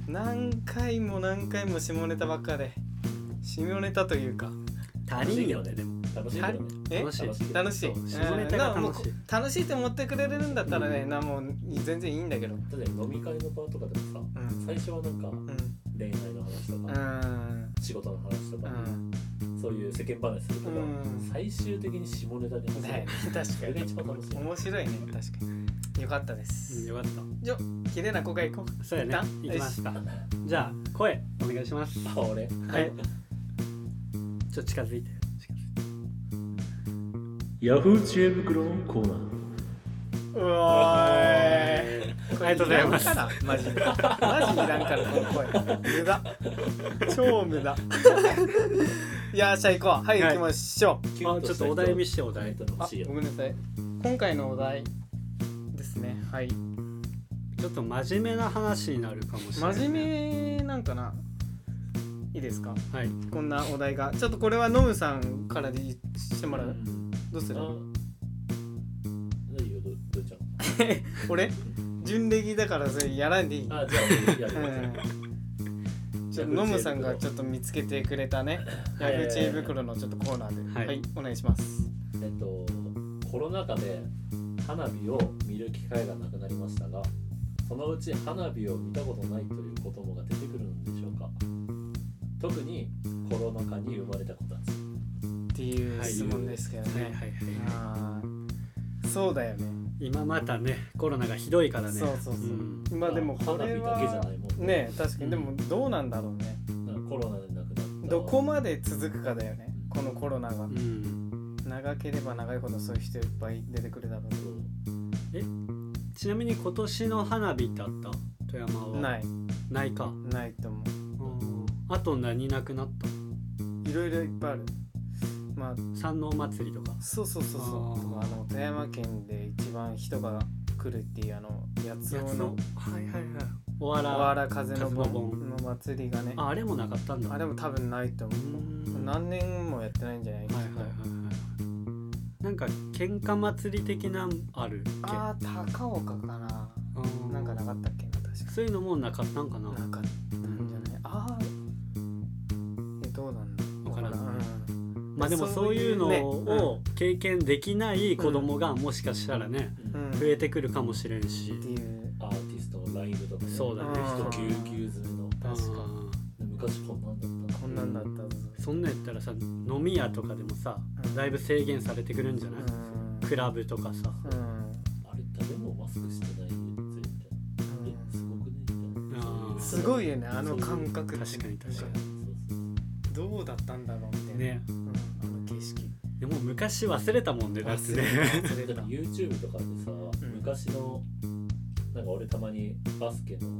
Speaker 1: 何回も何回も下ネタばっかで下ネタというか
Speaker 2: 足りんよねでも
Speaker 3: 楽しいけどね
Speaker 1: え
Speaker 2: 楽しい
Speaker 3: 楽しい
Speaker 1: 楽しい
Speaker 2: そう下ネタが
Speaker 1: う
Speaker 2: 楽しい
Speaker 1: んなんかもう楽しいと思ってくれるんだったらね、
Speaker 2: うん
Speaker 1: なもう全然いいんだけど
Speaker 3: だって飲み会の場とかでもさ
Speaker 1: うん
Speaker 3: 最初はなんか
Speaker 1: うん
Speaker 3: 恋愛の話と
Speaker 1: う
Speaker 3: か
Speaker 1: ん
Speaker 3: 仕事の話と
Speaker 1: う
Speaker 3: か
Speaker 1: ん
Speaker 3: そういう世間話するけど
Speaker 1: うん
Speaker 3: 最終的に下ネタで
Speaker 1: ね
Speaker 3: そ
Speaker 1: 確か
Speaker 3: れが一
Speaker 1: に
Speaker 3: 番楽しい
Speaker 1: 面白いね確かによかったで
Speaker 2: うん
Speaker 1: す
Speaker 2: よかった
Speaker 1: じゃあ綺麗な子が行こう
Speaker 2: そうやね
Speaker 1: 一旦
Speaker 2: 行きますかじゃあ声お願いします
Speaker 3: あ俺
Speaker 2: はいちょっと近づいて近づいて
Speaker 3: ヤフー知恵袋のコーナー
Speaker 1: うわーい
Speaker 2: りがとうございます
Speaker 1: らんからマジでマジにいらんからこの声無駄超無駄いやじゃあ行こうはい、
Speaker 2: はい
Speaker 1: 行きましょう
Speaker 3: キュン
Speaker 2: あちょっ
Speaker 3: した
Speaker 2: と
Speaker 3: 人
Speaker 2: お題見してお題
Speaker 3: コメントの
Speaker 1: あ
Speaker 3: 欲しいよ
Speaker 1: ごめんなさい今回のお題ですねはい
Speaker 2: ちょっと真面目な話になるかもしれない
Speaker 1: 真面目なんかないいですか
Speaker 2: 目はい
Speaker 1: こんなお題がちょっとこれはノムさんからで言してもらうどうす
Speaker 3: あ
Speaker 1: る
Speaker 3: 何よどどうちゃん
Speaker 1: 俺純歴だからそれやらんでいい
Speaker 3: あじゃあやる
Speaker 1: うんちょっとノムさんがちょっと見つけてくれたね
Speaker 3: はい
Speaker 1: 矢口袋のちょっとコーナーでは、
Speaker 2: はいい
Speaker 1: お願いします
Speaker 3: えっとコロナ禍で花火を見る機会がなくなりましたがそのうち花火を見たことないという子供が出てくるのでしょうか特にコロナ禍に生まれた子たち
Speaker 1: っていう質問ですけど
Speaker 2: はいはい
Speaker 1: ね、
Speaker 2: はい
Speaker 1: あーそうだよね
Speaker 2: 今またねコロナがひどいからね
Speaker 1: そうそうそう、
Speaker 2: ん
Speaker 1: まあでもこれは
Speaker 3: 花火だけじゃないもんね
Speaker 1: ね確かにでもどうなんだろうね
Speaker 3: なんかコロナで亡くなった
Speaker 1: どこまで続くかだよねこのコロナが
Speaker 2: うん
Speaker 1: 長ければ長いほどそういう人いっぱい出てくるだろう
Speaker 3: そう
Speaker 2: ちなみに今年の花火ってあった富山は
Speaker 1: ない
Speaker 2: ないか
Speaker 1: ないと思
Speaker 2: うんあと何なくなった
Speaker 1: ういろいろいっぱいあるまあ
Speaker 2: 山王祭りとか
Speaker 1: そうそうそうそう
Speaker 2: あー
Speaker 1: あの富山県で一番人が来るっていうあの八
Speaker 2: や
Speaker 1: 尾
Speaker 2: つ
Speaker 1: の
Speaker 2: のはいはいはいおわ
Speaker 1: 小
Speaker 2: ら
Speaker 1: 原風の
Speaker 2: 風の
Speaker 1: 盆
Speaker 2: 盆
Speaker 1: の祭りがね
Speaker 2: ああれもなかったんだ
Speaker 1: あれも多分ないと思
Speaker 2: う
Speaker 1: うん何年もやってないんじゃない
Speaker 2: はいはいはいはいなんか喧嘩祭り的なんあるっけ
Speaker 1: あー高岡かな
Speaker 2: うん
Speaker 1: なんかなかったっけな確か
Speaker 2: そういうのもなかったんかな
Speaker 1: なかったんじゃないあーえどうなんだ
Speaker 2: わからん
Speaker 1: うん
Speaker 2: まあでもそういうのを経験できない子供がもしかしたらね
Speaker 1: うん
Speaker 2: 増えてくるかもしれんし
Speaker 1: っていう
Speaker 3: アーティストのライブとかね
Speaker 2: そうだね
Speaker 3: 人ぎゅうぎゅう詰めの
Speaker 1: 確か
Speaker 2: うん
Speaker 3: 昔こんなんだった
Speaker 1: こんなんだったぞ
Speaker 2: そんなんやったらさ飲み屋とかでもさ
Speaker 1: うん
Speaker 2: だいぶ制限されてくるんじゃない
Speaker 1: うん
Speaker 2: クラブとかさ
Speaker 1: うん
Speaker 3: あれ誰もマスクしてないよ全然えすごくねみたい
Speaker 2: あ
Speaker 3: な
Speaker 2: ー
Speaker 1: すごいよねあの感覚って
Speaker 2: 確かに確か
Speaker 3: そうそう
Speaker 1: どうだったんだろうみたいな、
Speaker 2: ね
Speaker 1: うん、あの景色
Speaker 2: でも昔忘れたもんねだってね
Speaker 1: 忘
Speaker 3: でも YouTube とかでさ、
Speaker 1: ん
Speaker 3: 昔のなんか俺たまにバスケの
Speaker 2: う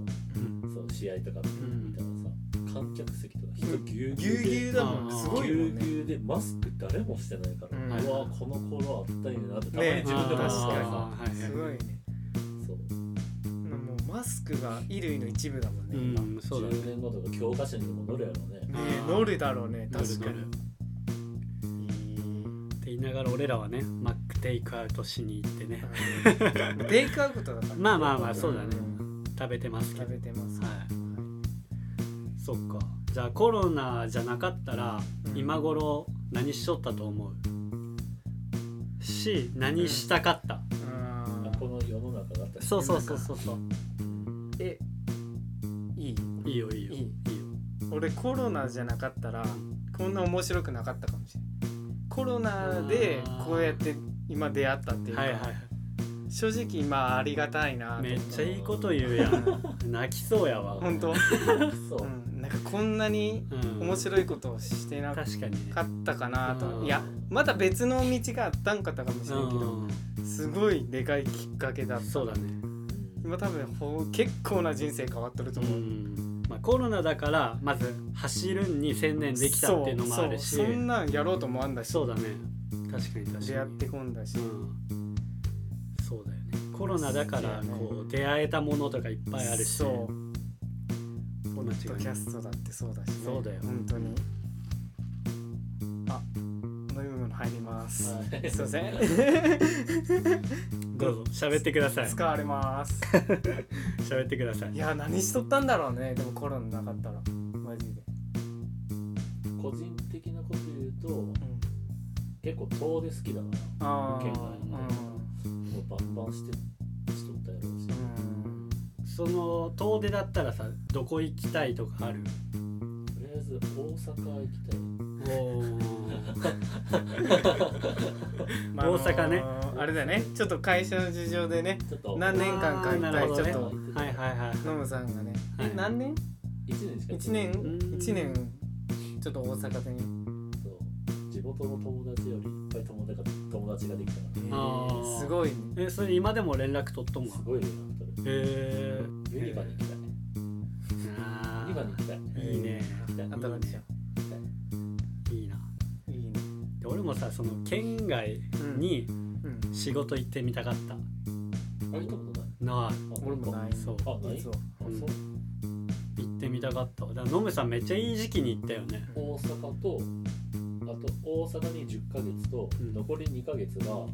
Speaker 2: ん
Speaker 3: その試合とか
Speaker 2: ん
Speaker 3: 見たらさ、観客席とか人ぎゅう
Speaker 1: ぎ
Speaker 3: ぎ
Speaker 1: ゅ
Speaker 3: ゅ
Speaker 1: うぎゅ
Speaker 3: う
Speaker 1: う
Speaker 3: で
Speaker 1: だもん
Speaker 2: あー
Speaker 1: すごいもん
Speaker 3: ぎゅ
Speaker 1: ね
Speaker 3: うぎゅうでマスク誰もしてないから、
Speaker 1: うん
Speaker 3: うわこの頃あったんやなってたまに
Speaker 1: ね
Speaker 3: 自分でも思ったら
Speaker 1: あ
Speaker 3: さ、
Speaker 2: ーはいはい
Speaker 1: すごいね
Speaker 3: そう
Speaker 1: もうマスクが衣類の一部だもんね、今
Speaker 2: うんそうだね
Speaker 3: 10年後とか教科書にも載るやろうね
Speaker 1: ね
Speaker 2: あー
Speaker 1: 乗るだろうね
Speaker 2: 乗る
Speaker 1: 確か
Speaker 2: 乗る
Speaker 1: に
Speaker 2: って言いながら俺らはねマックテイクアウトしに行ってね
Speaker 1: うんテイクアウトだから
Speaker 2: まあまあまあそうだね
Speaker 1: ん
Speaker 2: 食べてますけど
Speaker 1: 食べてます
Speaker 2: はいそっかじゃあコロナじゃなかったら
Speaker 1: うん
Speaker 2: 今頃何しとったと思うし何したかった、
Speaker 1: うん
Speaker 3: あこの世の中だったし
Speaker 2: そうそうそうそうそう
Speaker 1: えいい
Speaker 2: いいよいいよ
Speaker 1: いい
Speaker 2: いいよ
Speaker 1: 俺コロナじゃなかったらこんな面白くなかったかもしれないコロナでこうやって今出会ったっていうか、
Speaker 2: はいはい
Speaker 1: 正直まあありがたいなと
Speaker 2: めっちゃいいこと言うやん 泣きそうやわ
Speaker 1: 本当、
Speaker 3: そう、
Speaker 1: うん、なんかこんなに
Speaker 2: うん
Speaker 1: 面白いことをしてなか
Speaker 2: 確かにね
Speaker 1: ったかなと
Speaker 2: うん
Speaker 1: いやまた別の道があったんかったかもしれんけど
Speaker 2: う
Speaker 1: すごいでかいきっかけだっ
Speaker 2: ん
Speaker 1: た
Speaker 2: そうだね
Speaker 1: 今多分ほう結構な人生変わってると
Speaker 2: う
Speaker 1: 思う、
Speaker 2: んまあ、コロナだからまず走るんに専念できたっていうのもある
Speaker 1: そ
Speaker 2: し
Speaker 1: う
Speaker 2: そ
Speaker 1: そうそんなんやろうともあんだし
Speaker 2: うだね確かに確かに
Speaker 1: 出会ってこんだし、
Speaker 2: うんそうだよねコロナだから
Speaker 1: そうだよね
Speaker 2: こう出会えたものとかいっぱいあるしね、
Speaker 1: そうポッドキャストだってそうだし、ね、
Speaker 2: そうだよ
Speaker 1: 本当にあ飲み物入ります、
Speaker 3: はい
Speaker 1: すいません
Speaker 2: どうぞ喋ってください
Speaker 1: 使われます
Speaker 2: 喋ってください
Speaker 1: いや何しとったんだろうねでもコロナなかったらマジで、
Speaker 3: 個人的なこと言うと
Speaker 1: うん、
Speaker 3: 結構遠出好きだから
Speaker 1: ああ
Speaker 3: 県外のもうバンバンしてしとったやろうし、
Speaker 1: うん
Speaker 2: その遠出だったらさどこ行きたいとかある
Speaker 3: とりあえず大阪行きたい
Speaker 2: お
Speaker 1: うん
Speaker 2: 大阪ね
Speaker 1: あのーあれだねちょっと会社の事情でね
Speaker 3: ちょっと
Speaker 1: 何年間か一
Speaker 2: あーなる
Speaker 1: 回
Speaker 2: ほ
Speaker 1: ち
Speaker 2: ど
Speaker 1: ょっ
Speaker 2: ね
Speaker 1: と
Speaker 2: はいはいはい
Speaker 1: ノムさんがね、
Speaker 2: はい
Speaker 1: え何年
Speaker 3: 一年しか
Speaker 1: ?1 年
Speaker 2: うん
Speaker 1: 1年ちょっと大阪でね
Speaker 3: そう地元の友達よりいっぱい友達が友達ができたか
Speaker 2: あー
Speaker 1: すごいね
Speaker 2: えそれ今でも連絡取っとん
Speaker 3: ら
Speaker 2: わ
Speaker 3: すごい連絡取る
Speaker 2: え
Speaker 3: ユニバに行きたい。ユ
Speaker 2: あ
Speaker 3: ニバに行きたい。
Speaker 2: ーいいね
Speaker 3: 行きたい。
Speaker 1: あとなんでしょ
Speaker 3: 行きたい
Speaker 2: いいない
Speaker 1: いね
Speaker 2: で俺もさその県外に
Speaker 1: うん
Speaker 2: 仕事行ってみたかった
Speaker 3: あ行ったことない。
Speaker 2: なあ
Speaker 3: あ
Speaker 1: 俺もない
Speaker 2: そう
Speaker 3: あ、ない。あ、
Speaker 1: そ
Speaker 3: そうう。
Speaker 2: うん行ってみたかったわだからノムさんめっちゃいい時期に行ったよね
Speaker 3: 大阪とあと大阪に10ヶ月と、
Speaker 2: うん
Speaker 3: 残り2ヶ月は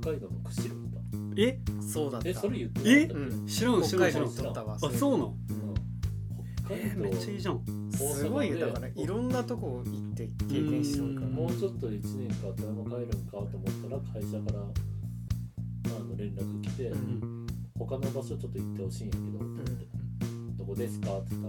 Speaker 3: 北海道の釧路行っ
Speaker 2: え
Speaker 1: そうだった
Speaker 3: たえそれ言って
Speaker 2: え
Speaker 1: う
Speaker 3: なかったっけ
Speaker 1: ん
Speaker 2: 知らん知らん知
Speaker 1: 北
Speaker 2: ら
Speaker 1: 海
Speaker 2: ん
Speaker 1: 道撮ったわ
Speaker 2: あそうなん
Speaker 3: うん北
Speaker 2: え
Speaker 3: 海
Speaker 2: ー
Speaker 3: 道、
Speaker 2: めっちゃいいじゃん
Speaker 1: すごいよ
Speaker 3: 大阪
Speaker 1: だ
Speaker 3: で
Speaker 1: からいろんなとこ行って経験してるか
Speaker 2: うん
Speaker 1: ら
Speaker 3: もうちょっと1年か誰も帰るんかと思ったら会社からあの連絡来て、
Speaker 1: う
Speaker 2: うんん
Speaker 3: 他の場所ちょっと行ってほしいんやけど、どこですかって言っ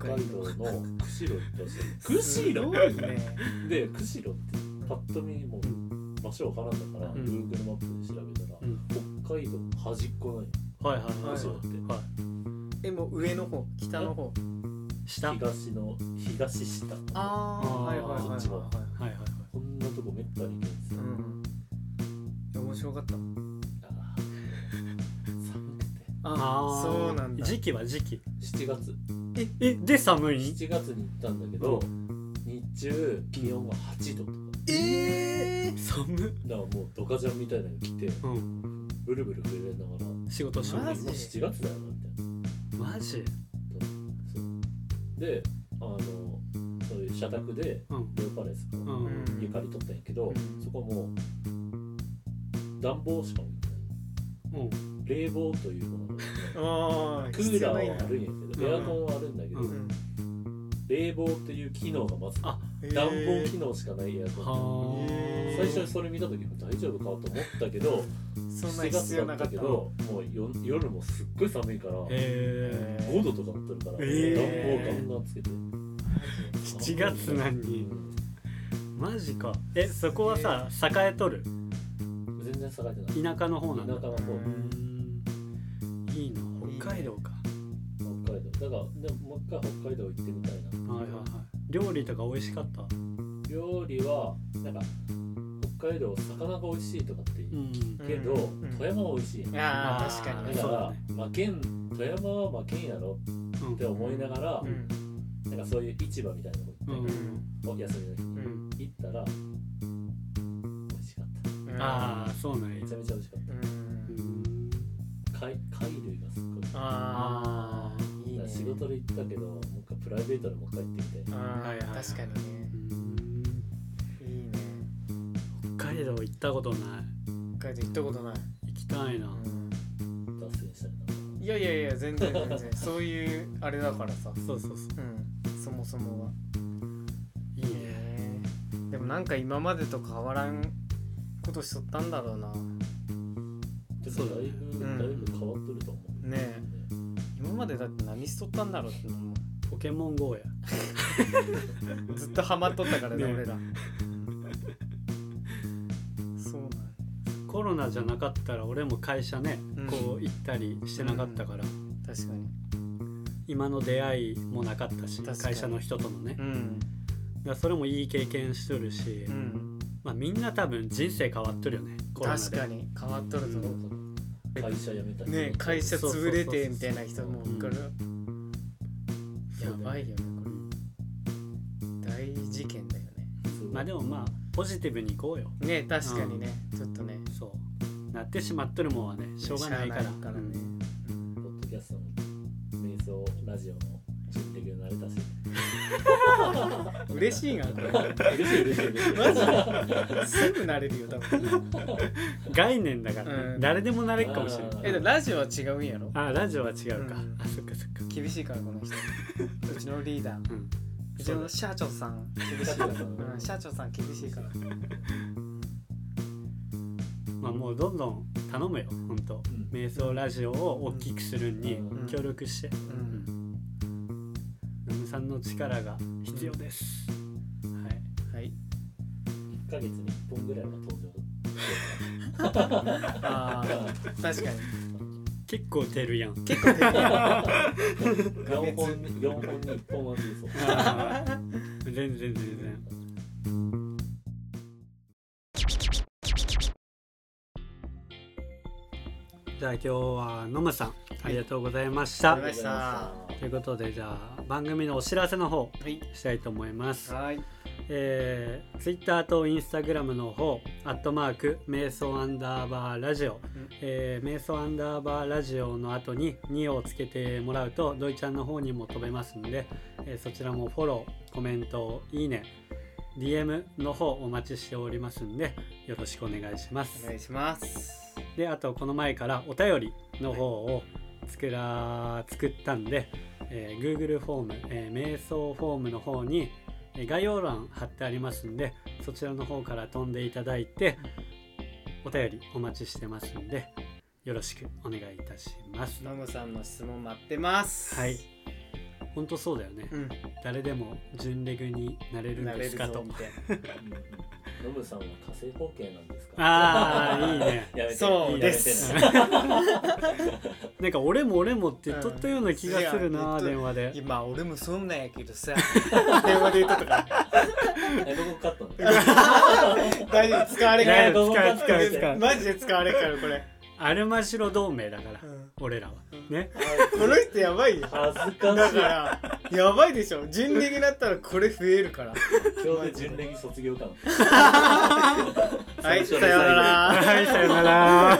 Speaker 3: た
Speaker 1: 北
Speaker 3: ら北
Speaker 1: 海
Speaker 3: 海
Speaker 1: 道
Speaker 3: 道の釧路行ってほしい釧路
Speaker 1: すごいね
Speaker 3: で釧路ってパッと見もう場所わからんだから、
Speaker 2: うん
Speaker 3: Google マップで調べたら、
Speaker 2: うん
Speaker 3: 北海道の端っこなんよ
Speaker 2: はいはいは
Speaker 1: はいい
Speaker 3: 釧路って、
Speaker 2: は
Speaker 1: えもう上の方北の方
Speaker 2: い下はい
Speaker 3: 東の東下
Speaker 1: ああはいはいはい
Speaker 3: こ
Speaker 1: は
Speaker 3: っ
Speaker 1: い
Speaker 3: ち
Speaker 1: は
Speaker 3: も
Speaker 1: い
Speaker 2: はいはい
Speaker 3: こんなとこめったに行けんすよ、
Speaker 1: うんいや面白かった
Speaker 3: あー寒くて
Speaker 2: ああ
Speaker 1: そうなんだ
Speaker 2: 時期は時期
Speaker 3: 7月
Speaker 2: えで寒い
Speaker 3: 7月に行ったんだけど、日中気温が8度とか
Speaker 1: えー
Speaker 2: 寒
Speaker 3: だからもうドカジャンみたいなの着て
Speaker 2: うん
Speaker 3: ブルブル震えながらも
Speaker 2: 仕事しよう
Speaker 1: マ
Speaker 3: う
Speaker 1: ジ
Speaker 3: 7月だよなみたいな
Speaker 2: マジ
Speaker 3: そうであのそういう社宅で
Speaker 2: うん
Speaker 3: レオパレスか
Speaker 2: う
Speaker 3: ら
Speaker 2: ん
Speaker 1: うん
Speaker 3: ゆかり取ったんやけど、
Speaker 1: うん
Speaker 3: そこはもう暖房しか置いて
Speaker 2: うん
Speaker 3: ない冷房というも のが
Speaker 1: ああ必
Speaker 3: 置いてないクー
Speaker 1: 要
Speaker 3: ラ
Speaker 1: ない
Speaker 3: ー
Speaker 1: ん
Speaker 3: は
Speaker 1: だ
Speaker 3: あるんやけど、エアコンはあるんだけど、
Speaker 2: うん
Speaker 1: うん
Speaker 3: 冷房っていう機能がまず
Speaker 2: あ
Speaker 1: えー
Speaker 3: 暖房機能しかないエアコン
Speaker 2: は
Speaker 1: へー
Speaker 3: 最初にそれ見た時大丈夫かと思ったけど
Speaker 1: そんな
Speaker 3: 7
Speaker 1: 必
Speaker 3: 月
Speaker 1: 要
Speaker 3: だ
Speaker 1: な
Speaker 3: っ
Speaker 1: か
Speaker 3: た
Speaker 1: っ
Speaker 3: け
Speaker 1: た
Speaker 3: どもうよ夜もすっごい寒いから5
Speaker 2: え
Speaker 1: えー
Speaker 3: 度とかなってるから、
Speaker 2: え
Speaker 1: ー
Speaker 3: 暖房ガンガンつけて
Speaker 2: 7月なのに
Speaker 3: うん
Speaker 2: マジかえそこはさ栄えとる
Speaker 3: 全然下がってない
Speaker 2: 田舎の方
Speaker 3: 田
Speaker 2: な
Speaker 3: 舎
Speaker 2: ん
Speaker 3: の
Speaker 2: だ
Speaker 3: 方
Speaker 1: う
Speaker 2: うーんいいな北海道か
Speaker 3: 北海道だからでももう一回北海道行ってみたいな
Speaker 2: はいはいはい料理とか美味しかった
Speaker 3: 料理はなんか北海道魚が美味しいとかって言う
Speaker 2: うん
Speaker 3: けど、
Speaker 1: うんうん
Speaker 3: 富山は美味しいだか
Speaker 1: ああ確かに
Speaker 2: う
Speaker 1: ね
Speaker 2: ん
Speaker 3: ら、
Speaker 2: そうだね
Speaker 3: 負けん富山は負けんやろって思いなが
Speaker 1: う
Speaker 3: ら、
Speaker 1: ん
Speaker 3: なんかそういう市場みたいなとこ
Speaker 2: う
Speaker 3: 行って、
Speaker 2: ん
Speaker 3: お休みの日
Speaker 1: う
Speaker 3: に
Speaker 1: ん
Speaker 3: 行ったら美味しかった
Speaker 1: うん
Speaker 2: ああそうなんや
Speaker 3: めちゃめちゃ美味しかっ
Speaker 1: うん
Speaker 2: うん
Speaker 3: た貝貝類がすっごい
Speaker 1: ああいい
Speaker 3: だか
Speaker 1: ね
Speaker 3: ら仕事で行ったけどもう一回プライベートでもう一回行ってみたい
Speaker 1: あ
Speaker 2: はいはいはい
Speaker 1: あ確かにね
Speaker 2: うん
Speaker 1: いいね
Speaker 2: 北海道行ったことない
Speaker 1: 北海道行ったことない
Speaker 2: 行きたいな
Speaker 3: 脱線したいない
Speaker 1: やいやいや全然全然 そういうあれだからさ
Speaker 2: そうそうそう
Speaker 1: うんそもそもはい
Speaker 2: いね
Speaker 1: でもなんか今までと変わらんことしとったんだろうな
Speaker 3: で
Speaker 2: そう
Speaker 3: も
Speaker 2: だ
Speaker 3: だ
Speaker 2: ね
Speaker 3: いぶ、
Speaker 1: うん
Speaker 3: だいぶ変わっとると思う
Speaker 1: ねえ今までだって何しとったんだろうって思
Speaker 2: ポケモン GO や
Speaker 1: うずっとハマっとったからね
Speaker 2: ねえ
Speaker 1: 俺らそうなん
Speaker 2: コロナじゃなかったら俺も会社ね、
Speaker 1: うん
Speaker 2: こう行ったりしてなかったから、
Speaker 1: 確かに
Speaker 2: 今の出会いもなかったし
Speaker 1: 確かに
Speaker 2: 会社の人とのね、だか
Speaker 1: うん
Speaker 2: らそれもいい経験しとるし、
Speaker 1: うん
Speaker 2: まあ、みんな多分人生変わっとるよねコロナで
Speaker 1: 確かに変わっとると思う
Speaker 3: 会社辞めたり
Speaker 1: ねえ会社
Speaker 2: そうそうそう
Speaker 1: 潰れてみたいな人も
Speaker 2: うん
Speaker 1: いるから
Speaker 2: そう
Speaker 1: や
Speaker 2: だね
Speaker 1: ばいよねこ
Speaker 2: うん
Speaker 1: れ大事件だよね
Speaker 2: まあでもまあポジティブにいこうよ
Speaker 1: ねえ確かにねちょっとね
Speaker 2: そうなってしまっとるもんはねしょうがないから
Speaker 1: しゃあね
Speaker 3: ポッドキャストの瞑想ラジオの準レギュラーになれ
Speaker 1: 嬉しいがこれ
Speaker 3: たし嬉しい嬉しい嬉しい
Speaker 1: マジすぐ慣れるよ多 分
Speaker 2: うん概念だからね、
Speaker 1: うん
Speaker 2: 誰でもなれっかもしれ
Speaker 3: あ
Speaker 2: な
Speaker 1: え
Speaker 2: い
Speaker 1: でもラジオは違うんやろ
Speaker 2: あラジオは違うか、
Speaker 1: うん
Speaker 2: あそっかそっか
Speaker 1: 厳しいからこの人うちのリーダー
Speaker 2: うん
Speaker 1: うちの社長さん厳しいから、うん、社長さん厳しいから
Speaker 2: まあもうどんどん頼むよほんと
Speaker 3: うん
Speaker 2: 瞑想ラジオを大きくするに
Speaker 3: うん
Speaker 2: 協力して
Speaker 1: うん
Speaker 2: ノムさんの力が必要です、はい
Speaker 1: はい
Speaker 3: 1ヶ月に1本ぐらいは登場
Speaker 1: あー確かに
Speaker 2: 結構出るやん
Speaker 1: 結構できや
Speaker 3: 4本四本に1本は出そう
Speaker 2: あー 全然全然じゃあ今日はのむさんありがとうございました
Speaker 1: ありがとうございました
Speaker 2: ということでじゃあ番組のお知らせの方
Speaker 1: はい
Speaker 2: したいと思います
Speaker 1: はい
Speaker 2: えー、Twitter と Instagram の方「アットマーク瞑想アンダーバーラジオ」えー瞑想アンダーバーラジオ」の後に「2」をつけてもらうと土井ちゃんの方にも飛べますんで、えーそちらもフォローコメントいいね DM の方お待ちしておりますんでよろしくお願いします
Speaker 1: お願いします
Speaker 2: であとこの前からお便りの方を作ら作ったんで、えー Google フォーム、えー瞑想フォームの方にえー概要欄貼ってありますんでそちらの方から飛んでいただいてお便りお待ちしてますんでよろしくお願いいたします
Speaker 1: ノムさんの質問待ってます
Speaker 2: はい本当そうだよね、
Speaker 1: うん
Speaker 2: 誰でも準レグになれるん
Speaker 1: なれ
Speaker 2: で
Speaker 1: る
Speaker 2: すか
Speaker 1: ぞ
Speaker 2: と
Speaker 1: みたい
Speaker 3: ノブさんは火星方形なんですか
Speaker 2: あーいいね
Speaker 3: やめて
Speaker 1: そうです
Speaker 3: やめてね
Speaker 2: なんか俺も俺もって言っとったような気がするな、
Speaker 1: うん
Speaker 2: 電話で
Speaker 1: な今俺もそんなんやけどさ電話で言った とか
Speaker 3: えここカットね
Speaker 1: 大丈夫使われ
Speaker 2: い
Speaker 1: か
Speaker 2: やいや
Speaker 1: ら
Speaker 2: 使う使う使う
Speaker 1: マジで使われからこれ、
Speaker 2: アルマジロ同盟だから、
Speaker 1: うん
Speaker 2: 俺らは
Speaker 1: うん
Speaker 2: ね
Speaker 1: この人やばいよ
Speaker 3: 恥ずか
Speaker 1: だ
Speaker 3: し
Speaker 1: か
Speaker 3: い
Speaker 1: らやばいでしょ人力になったらこれ増えるから
Speaker 3: 今日で純レギ卒業かも
Speaker 1: はいさようなら
Speaker 2: はい、さ よなら。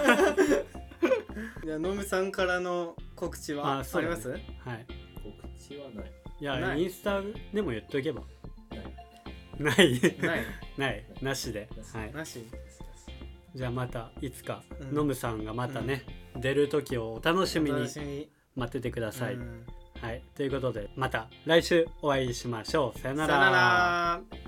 Speaker 1: じゃあノムさんからの告知はあ
Speaker 2: あそう
Speaker 1: り
Speaker 2: だね
Speaker 1: ます
Speaker 2: はい。
Speaker 3: 告知はない
Speaker 2: いや、
Speaker 1: ない
Speaker 2: インスタでも言っとけば。な
Speaker 3: ない
Speaker 2: い。
Speaker 1: ない
Speaker 2: ない。なしで。はい。
Speaker 1: なし
Speaker 2: じゃあまた、いつか、
Speaker 1: うん
Speaker 2: ノムさんがまたね、出る時をお楽しみ
Speaker 1: お
Speaker 2: に
Speaker 1: 楽しみに
Speaker 2: 待っててください。
Speaker 1: うん
Speaker 2: はい。ということで、また来週お会いしましょう。さよ
Speaker 1: さよなら